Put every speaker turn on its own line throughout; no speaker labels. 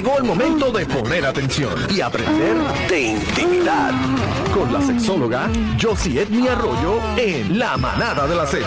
Llegó el momento de poner atención y aprender de intimidad con la sexóloga Josie Edmi Arroyo en La Manada de la Z.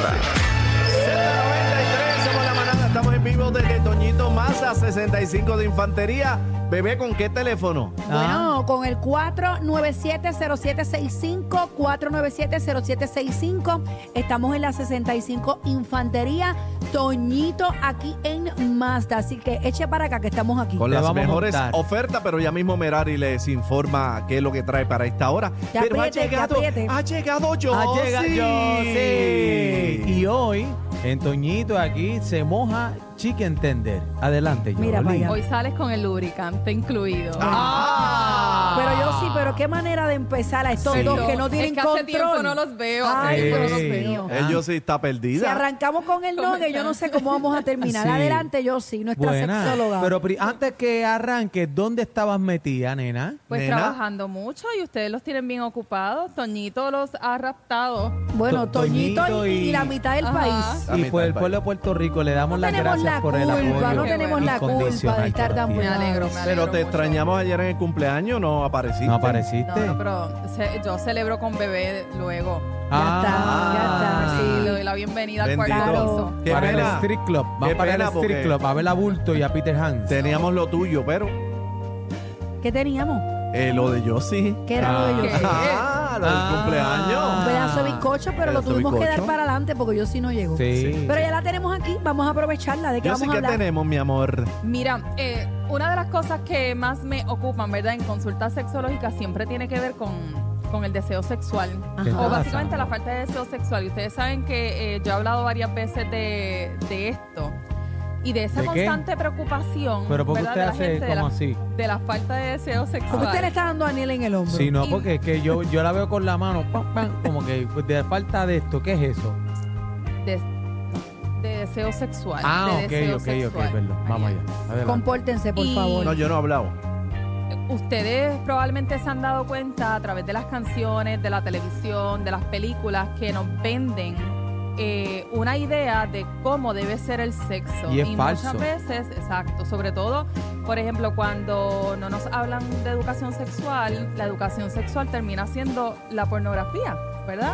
93, somos la manada, estamos en vivo desde Toñito Maza, 65 de Infantería. Bebé, ¿con qué teléfono?
Ah.
Bueno, con el 497-0765, 497-0765, estamos en la 65 Infantería, Toñito, aquí en Mazda. Así que eche para acá que estamos aquí.
Con
Te
las
vamos a
mejores
montar.
ofertas, pero ya mismo Merari les informa qué es lo que trae para esta hora.
Ya
pero
apriete, ya
ha llegado,
apriete.
ha llegado yo.
Ha llegado
sí.
Josie. Oh, Y hoy, en Toñito aquí, se moja Chicken Tender. Adelante,
Mira
Yoli.
para allá.
Hoy sales con el lubricante incluido. Ah,
Ah.
Pero yo sí, pero qué manera de empezar a estos
Sí.
dos que no
Es
tienen
que hace
control.
tiempo no los veo, hace
Ay,
tiempo no
Dios
los
mío.
veo.
Ellos sí está
Si
perdida.
arrancamos con el no, que yo no sé cómo vamos a terminar.
Sí.
Adelante, yo sí, nuestra
Buena.
sexóloga.
Pero pri- antes que arranque, ¿dónde estabas metida, nena?
Pues
Nena.
trabajando mucho y ustedes los tienen bien ocupados. Toñito los ha raptado.
bueno,
To-
Toñito y,
Toñito y-
y la mitad del
Ajá.
país.
La
y
mitad
por
del país.
el pueblo de Puerto Rico le damos
No
las
tenemos
gracias
la
por el
culpa,
apoyo.
no tenemos la culpa
incondicional
de estar
que
tan
nos
Me
tienes.
alegro, me alegro.
Pero te
mucho.
extrañamos ayer en el cumpleaños, no apareciste.
No apareciste.
No, no, pero ce- yo celebro con bebé luego.
Ah.
Sí, le doy la bienvenida al
Bendito.
cuarto piso.
Qué
para
pena.
el street club.
Qué
Van para el
pena,
street
porque
club a ver a Bulto y a Peter Hans.
Teníamos lo tuyo, pero
¿Qué teníamos?
eh, lo de yo sí.
¿Qué era lo de yo?
¿Qué?
Ah, lo del
Ah.
Un
cumpleaños.
pedazo de bizcocho, pero lo
Pedazo de
tuvimos que dar
bizcocho.
para adelante porque yo sí no llego.
Sí.
Pero ya la tenemos aquí, vamos a aprovecharla. ¿De qué
Yo sí
vamos
que
a hablar?
tenemos, mi amor.
Mira, eh, una de las cosas que más me ocupan, ¿verdad? En consultas sexológicas siempre tiene que ver con, con el deseo sexual.
¿Qué
Ajá.
O
pasa?
básicamente la falta de deseo sexual. Y ustedes saben que eh, yo he hablado varias veces de, de esto y de esa
¿De qué?
constante preocupación
Pero ¿por qué usted
¿verdad? de la
hace
gente de
como
la,
así?
de la falta de deseo
¿Por
sexual.
qué usted le está dando a Aniel en el hombro?
Sí, no,
Y-
porque es que yo, yo la veo con la mano, pam, pam, como que pues, de falta de esto, ¿qué es eso?
de, de deseo sexual.
Ah,
de
ok,
deseo
ok, ok,
sexual.
perdón. Vamos allá. Adelante.
Compórtense, por
Y-
favor.
No, yo no he hablado.
Ustedes probablemente se han dado cuenta a través de las canciones, de la televisión, de las películas que nos venden eh, una idea de cómo debe ser el sexo.
Y es falso.
muchas veces, exacto, sobre todo, por ejemplo, cuando no nos hablan de educación sexual, la educación sexual termina siendo la pornografía, ¿verdad?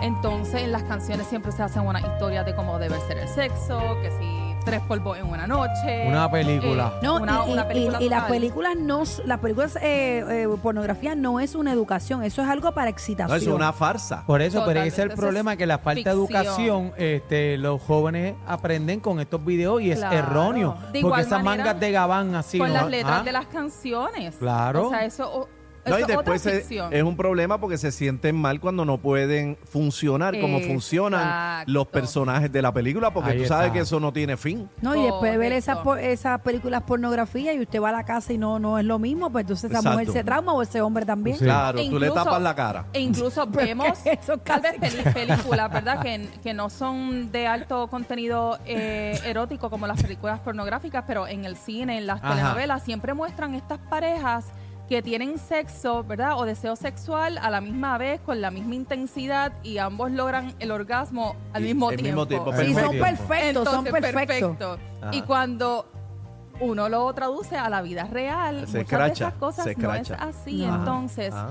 Entonces, en las canciones siempre se hacen unas historias de cómo debe ser el sexo, que si tres polvos en una noche.
Una película.
No,
una-
y, y-
una
y-
película
y las
total.
películas no, s- las películas eh, eh, pornografía no es una educación, eso es algo para
No,
excitación.
es una farsa.
Por eso, pero
Total,
ese es el
entonces,
problema, que la falta de
ficción.
educación, este, los jóvenes aprenden con estos videos y es
Claro.
erróneo.
De
porque
igual
esas
manera,
mangas de gabán así...
con
¿no?
las letras
Ah,
de las canciones.
Claro.
O sea, eso, o-
No,
eso
y
es otra
después es,
ficción.
es un problema porque se sienten mal cuando no pueden funcionar como
Exacto.
funcionan los personajes de la película, porque
Ahí
tú sabes
está.
que eso no tiene fin.
No, y después de ver esas,
Correcto.
po- esas películas pornografía y usted va a la casa y no, no es lo mismo, pues entonces esa
Exacto.
mujer se trauma o ese hombre también.
Sí.
Claro, tú le
Incluso-
tapas la cara.
E incluso
Pero es
vemos
que eso
tal vez
casi-
peli- películas, ¿verdad? Que, que no son de alto contenido eh, erótico como las películas pornográficas, pero en el cine, en las
Ajá.
telenovelas, siempre muestran estas parejas que tienen sexo, ¿verdad? O deseo sexual a la misma vez, con la misma intensidad y ambos logran el orgasmo al
Y-
mismo
al
tiempo.
mismo tiempo,
Sí, son
Perfecto.
perfectos, son
Entonces,
perfectos.
perfecto.
Ajá.
Y cuando uno lo traduce a la vida real,
Se
muchas de
escracha,
esas cosas
se
no es
escracha.
así.
No.
Entonces,
Ah.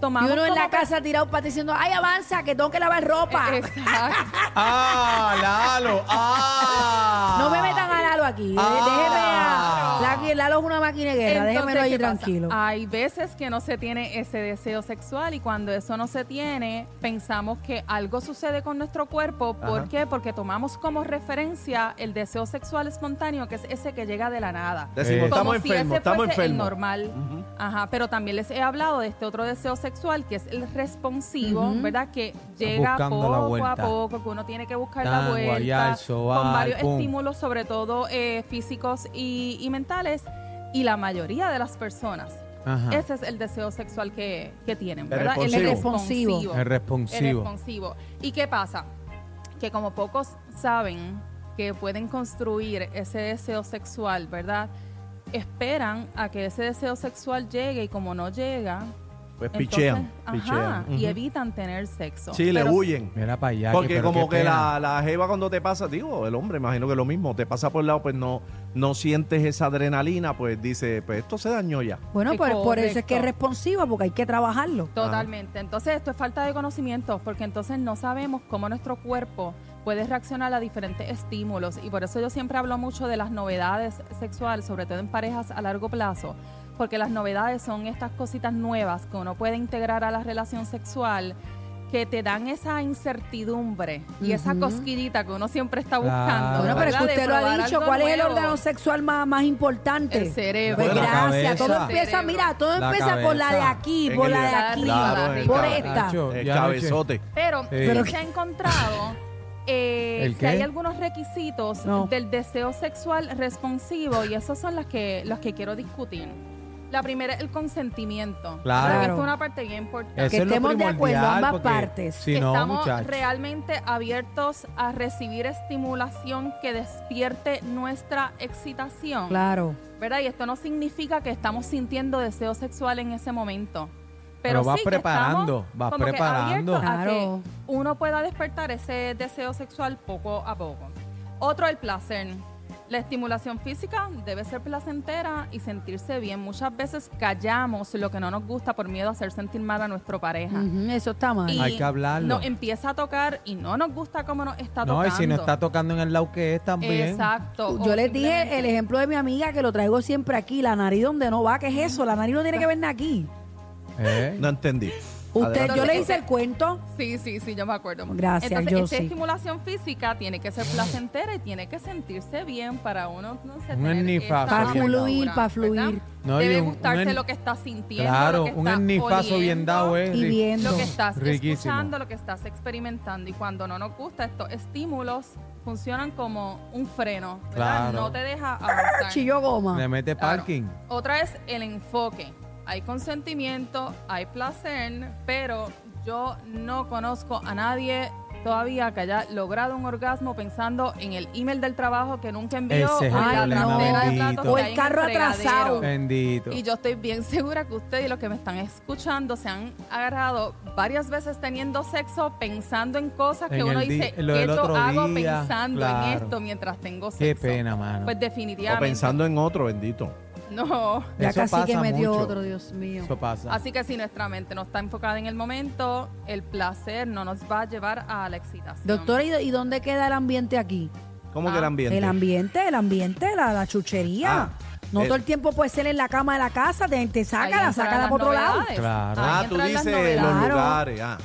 tomamos
Y uno en
como
la
que-
casa tirado para diciendo, ay, avanza, que tengo que lavar ropa.
Eh, Exacto.
¡Ah, Lalo! ¡Ah!
No me metan a Lalo aquí.
Ah.
Déjeme a. la- Lalo es una máquina de guerra.
Entonces,
Déjemelo
¿qué
ahí
pasa? Ah,
tranquilo.
Hay veces que no se tiene ese deseo sexual y cuando eso no se tiene, pensamos que algo sucede con nuestro cuerpo. ¿Por
Ajá.
qué? Porque tomamos como referencia el deseo sexual espontáneo, que es ese que llega de la nada.
Decimos,
Eh.
estamos
como si
enfermos,
ese
estamos
fuese el
enfermos.
normal. Ajá, pero también les he hablado de este otro deseo sexual que es el responsivo,
Ujú.
¿verdad? Que llega
buscando la
poco a
vuelta.
poco, que uno tiene que buscar la
Tango,
vuelta,
guayar, sobar,
con varios
pum.
estímulos, sobre todo eh, físicos y, y mentales, y la mayoría de las personas.
Ajá.
Ese es el deseo sexual que, que tienen,
El
¿verdad?
responsivo.
El
El
responsivo.
responsivo.
El
El
responsivo.
responsivo. ¿Y qué pasa? Que como pocos saben que pueden construir ese deseo sexual, ¿verdad? Esperan a que ese deseo sexual llegue y como no llega,
Pues
Entonces,
pichean.
ajá,
pichean.
y
Ujú.
evitan tener sexo.
Sí, le
Pero
huyen.
Mira para allá.
Porque
pero
como
qué
que
pena.
la, la jeva cuando te pasa, digo, el hombre, imagino que lo mismo, te pasa por el lado, pues no, no sientes esa adrenalina, pues dice, pues esto se dañó ya.
Bueno, pues,
Sí,
por, por eso es que es
correcto.
responsivo, porque hay que trabajarlo.
Totalmente. Entonces esto es falta de conocimiento porque entonces no sabemos cómo nuestro cuerpo puede reaccionar a diferentes estímulos y por eso yo siempre hablo mucho de las novedades sexuales, sobre todo en parejas a largo plazo, porque las novedades son estas cositas nuevas que uno puede integrar a la relación sexual que te dan esa incertidumbre y esa
Ujú.
cosquillita que uno siempre está
Claro.
buscando.
Bueno,
Bueno, pero es que
Ah, ¿verdad? De
usted lo ha
probar
dicho,
algo
¿cuál es el
nuevo.
órgano sexual más, más importante?
El cerebro.
Pues
Bueno, la
gracias, todo
cabeza.
empieza, mira, todo
La
empieza por la de
cabeza.
aquí,
En
por
el-
la de
Claro,
aquí,
claro, en
por
el-
esta.
Tacho,
El
ya anoche-
Eh, cabezote.
Pero
Pero-
sí se ha encontrado eh,
¿El
que
qué?
hay algunos requisitos
No.
del deseo sexual responsivo y esos son los que, los que quiero discutir. La primera, el consentimiento.
Claro.
Creo que esto es una parte bien importante.
Eso
que
es lo
estemos de acuerdo,
primordial,
ambas
porque
partes.
Si
que
no,
estamos
muchachos.
realmente abiertos a recibir estimulación que despierte nuestra excitación.
Claro.
¿verdad? Y esto no significa que estamos sintiendo deseo sexual en ese momento.
Pero
Pero,
vas
sí que
preparando,
estamos
vas
como que
preparando.
abiertos a que
Claro.
uno pueda despertar ese deseo sexual poco a poco. Otro, el placer. La estimulación física debe ser placentera y sentirse bien. Muchas veces callamos lo que no nos gusta por miedo a hacer sentir mal a nuestro pareja.
Ujú, eso está mal.
Y
Hay que hablarlo.
Nos empieza a tocar y no nos gusta cómo nos está
No,
tocando.
y si no está tocando en el lado que es también.
Exacto.
Yo
O
les dije
simplemente-
el ejemplo de mi amiga que lo traigo siempre aquí, la nariz donde no va, ¿qué es eso? La nariz no tiene que ver nada aquí.
¿Eh?
No entendí.
Usted,
Adelante.
yo le hice el cuento.
Sí, sí, sí, yo me acuerdo.
Gracias,
Entonces,
yo
esta
sí.
estimulación física tiene que ser placentera y tiene que sentirse bien para uno, no sé,
Un
tener
esnifazo
esta
Para bien
fluir,
aura,
para fluir.
¿verdad?
No, y
Debe
un- un
gustarse
en-
lo que estás sintiendo, lo
Claro,
que
un
estás
ennifazo bien
oliendo,
dado es.
Y
rico.
bien.
Lo que estás
Riquísimo.
escuchando, lo que estás experimentando. Y cuando no nos gusta estos estímulos, funcionan como un freno, ¿verdad?
Claro.
No te deja avanzar.
Chillo
Le
goma.
mete
Claro.
parking.
Otra es el enfoque. Hay consentimiento, hay placer, pero yo no conozco a nadie todavía que haya logrado un orgasmo pensando en el email del trabajo que nunca envió
Ese es
o
el
la
problema,
cartera de
bendito.
platos que
O el
hay en
carro atrasado.
fregadero.
Bendito.
Y yo estoy bien segura que ustedes y los que me están escuchando se han agarrado varias veces teniendo sexo pensando en cosas que
En
uno
el di-
dice, que
lo del
yo
otro
hago
día,
pensando en
claro.
esto mientras tengo sexo?
Qué pena, mano.
Pues
O
definitivamente.
pensando en otro, bendito.
No.
Ya
Eso
casi que
pasa
me dio
mucho.
otro, Dios mío.
Eso pasa.
Así que si nuestra mente no está enfocada en el momento, el placer no nos va a llevar a la excitación.
Doctora, ¿y, y dónde queda el ambiente aquí?
¿Cómo
Ah,
que el ambiente?
El ambiente, el ambiente, la, la chuchería.
Ah,
no
eh.
el-
todo el tiempo puede ser en la cama de la casa, te, te
Ahí
sácala,
entran
sácala
las
por otro lado.
novedades.
Claro.
Ahí
Ah, tú
entran las
dices los
novedades.
Claro.
lugares, ah,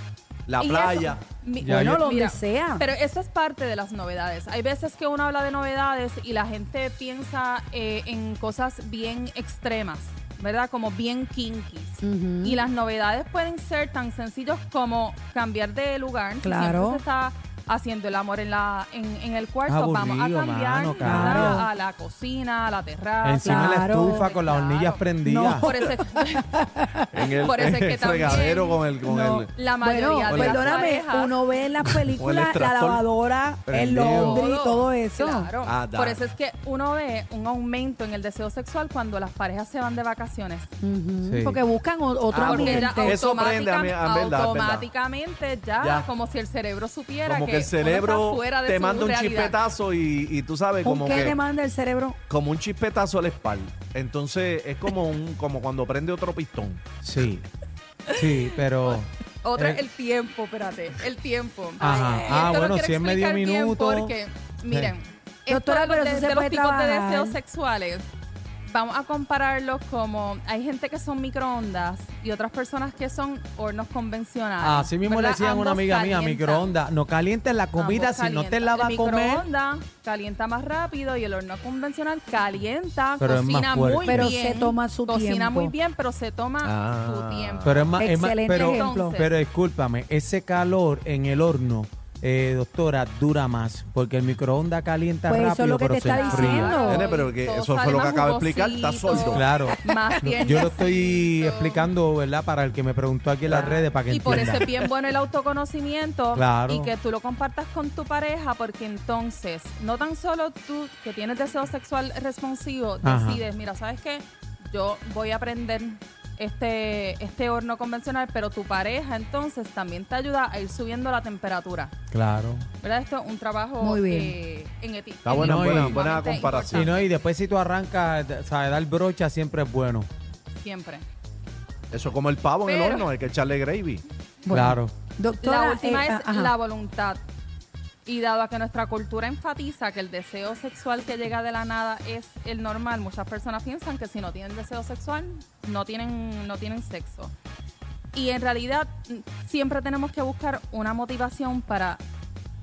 la
Y eso-
playa.
mi-
Ya,
Bueno,
ya.
donde sea.
Pero eso es parte de las novedades. Hay veces que uno habla de novedades y la gente piensa eh, en cosas bien extremas, ¿verdad? Como bien kinkies.
Ujú.
Y las novedades pueden ser tan sencillos como cambiar de lugar. Si
Claro.
siempre se está haciendo el amor en, la, en, en el cuarto. Vamos a
Aburrido,
cambiar
mano,
¿verdad?
claro.
a la cocina, a la terraza.
Encima de la
Claro.
estufa con las
Claro.
hornillas prendidas.
Por eso,
En el,
por eso es
en
que
el fregadero
también-
con el... Con
No,
el
la mayoría
Bueno,
de las
perdóname,
parejas-
uno ve en las películas la
extractor
lavadora, el
prendido.
laundry, todo eso.
Claro.
Ah, da.
Por eso es que uno ve un aumento en el deseo sexual cuando las parejas se van de vacaciones.
Ujú,
Sí.
Porque buscan o- otro
Ah, porque
Porque ya
ambiente.
Eso prende, a mí- a
automática-
verdad, verdad.
automáticamente ya,
Ya.
como si el cerebro supiera
como que, el
uno está
cerebro
fuera de
te
su
manda un
realidad.
chispetazo y, y tú sabes
¿Con
como
qué
que...
te manda el cerebro?
Como un chispetazo a la espalda. Entonces es como un como cuando prende otro pistón.
Sí. Sí, pero.
Otra,
Eh.
el tiempo, espérate, el tiempo.
Ajá.
Y esto
Ah,
lo
bueno,
quiero
si es medio
explicar bien
minuto.
Porque, miren, esto
Doctora,
de los
pero
de,
eso se
de
puede
los tipos de
trabajar.
deseos sexuales, vamos a compararlos como, hay gente que son microondas y otras personas que son hornos convencionales.
Ah, Así mismo le
¿verdad?
decían a una
Ambos
amiga mía,
calientan.
microondas. No calientes la comida
Ambos
si no te
calientan.
la va a
El
comer.
microondas calienta más rápido y el horno convencional calienta,
Pero es más
cocina
fuerte.
muy
Pero
bien.
se toma su
cocina
tiempo.
muy bien, pero se toma
Ah.
su tiempo.
Pero es más, es más-
Excelente
pero,
ejemplo.
pero discúlpame, ese calor en el horno, eh, doctora, dura más porque el microondas calienta
Pues eso
rápido,
es lo que
pero
te
se
está
enfría.
diciendo. Claro.
Nene, pero que
Todo
eso fue
sale
lo que
más
acabo de explicar. Está
jugosito.
sordo.
Claro.
Más
No,
bien
yo lo estoy
necesito.
explicando, ¿verdad? Para el que me preguntó aquí en las redes, para que
Y por eso
entienda.
es bien bueno el autoconocimiento
Claro.
y que tú lo compartas con tu pareja, porque entonces, no tan solo tú que tienes deseo sexual responsivo,
Ajá.
decides, mira, ¿sabes qué? Yo voy a aprender este, este horno convencional, pero tu pareja entonces también te ayuda a ir subiendo la temperatura.
Claro.
¿Verdad? Esto es un trabajo
Muy bien.
eh, en eti-
Está buena,
en-
buena,
sumamente
buena comparación.
Y no,
importante,
y después si tú arrancas, de- sabes, dar brocha siempre es bueno.
Siempre.
Eso es como el pavo en el
Pero-
horno, hay que echarle gravy.
Bueno,
Claro.
Doctora,
la última
eh,
es
ajá.
la voluntad. Y dado a que nuestra cultura enfatiza que el deseo sexual que llega de la nada es el normal, muchas personas piensan que si no tienen deseo sexual, no tienen, no tienen sexo. Y en realidad mm, siempre tenemos que buscar una motivación para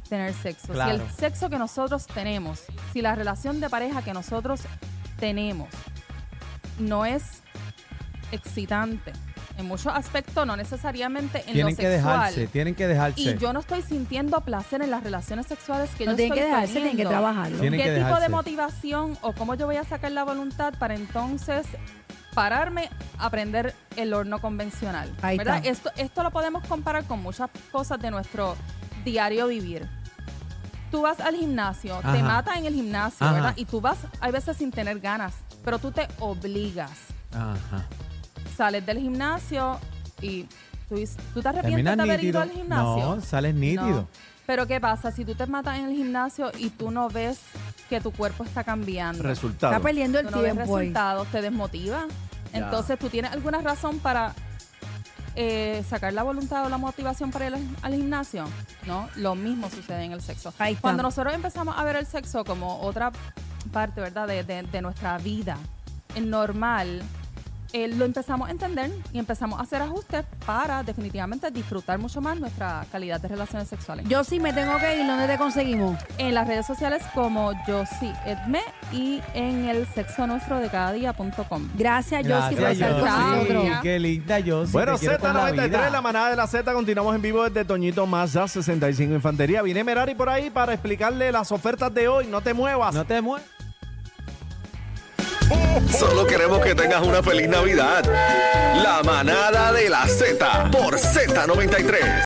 tener sexo. Si
Claro.
el sexo que nosotros tenemos, si la relación de pareja que nosotros tenemos no es excitante, en muchos aspectos, no necesariamente en
Tienen
lo
que
sexual.
dejarse, tienen que dejarse.
Y yo no estoy sintiendo placer en las relaciones sexuales que
No
yo
tienen
estoy
que dejarse,
teniendo.
tienen que trabajarlo.
Tienen
¿Qué
que
tipo
dejarse.
de motivación o cómo yo voy a sacar la voluntad para entonces pararme a aprender el horno convencional?
Ahí
¿verdad?
está.
Esto, esto lo podemos comparar con muchas cosas de nuestro diario vivir. Tú vas al gimnasio, te
Ajá.
mata en el gimnasio,
Ajá.
¿verdad? Y tú vas, hay veces sin tener ganas, pero tú te obligas
Ajá.
sales del gimnasio y tú, dices- ¿tú te arrepientes
Terminas
de haber
nítido.
ido al gimnasio.
No, sales nítido.
Pero ¿qué pasa si tú te matas en el gimnasio y tú no ves que tu cuerpo está cambiando?
Resultado.
Está perdiendo el
tú no ves
tiempo ahí.
resultados, te desmotiva.
Ya.
Entonces tú tienes alguna razón para eh, sacar la voluntad o la motivación para ir al, al gimnasio, ¿no? Lo mismo sucede en el sexo.
Ahí está.
Cuando nosotros empezamos a ver el sexo como otra parte, ¿verdad? De, de- de nuestra vida, el normal, eh, lo empezamos a entender y empezamos a hacer ajustes para definitivamente disfrutar mucho más nuestra calidad de relaciones sexuales.
Yo sí me tengo que ir, ¿dónde te conseguimos?
En las redes sociales como yo sí, Edme y en el sexo nuestro de cada día.com.
Gracias, Josie, por
Gracias,
estar con
Yossi.
nosotros.
Yossi. Qué linda, Yossi.
Bueno,
te quiero con la
Z93, la,
vida.
manada de la Z, continuamos en vivo desde Toñito Mazda 65 Infantería. Viene Merari por ahí para explicarle las ofertas de hoy. No te muevas.
No te mueves.
Solo queremos que tengas una feliz Navidad. La manada de la Z por Z93.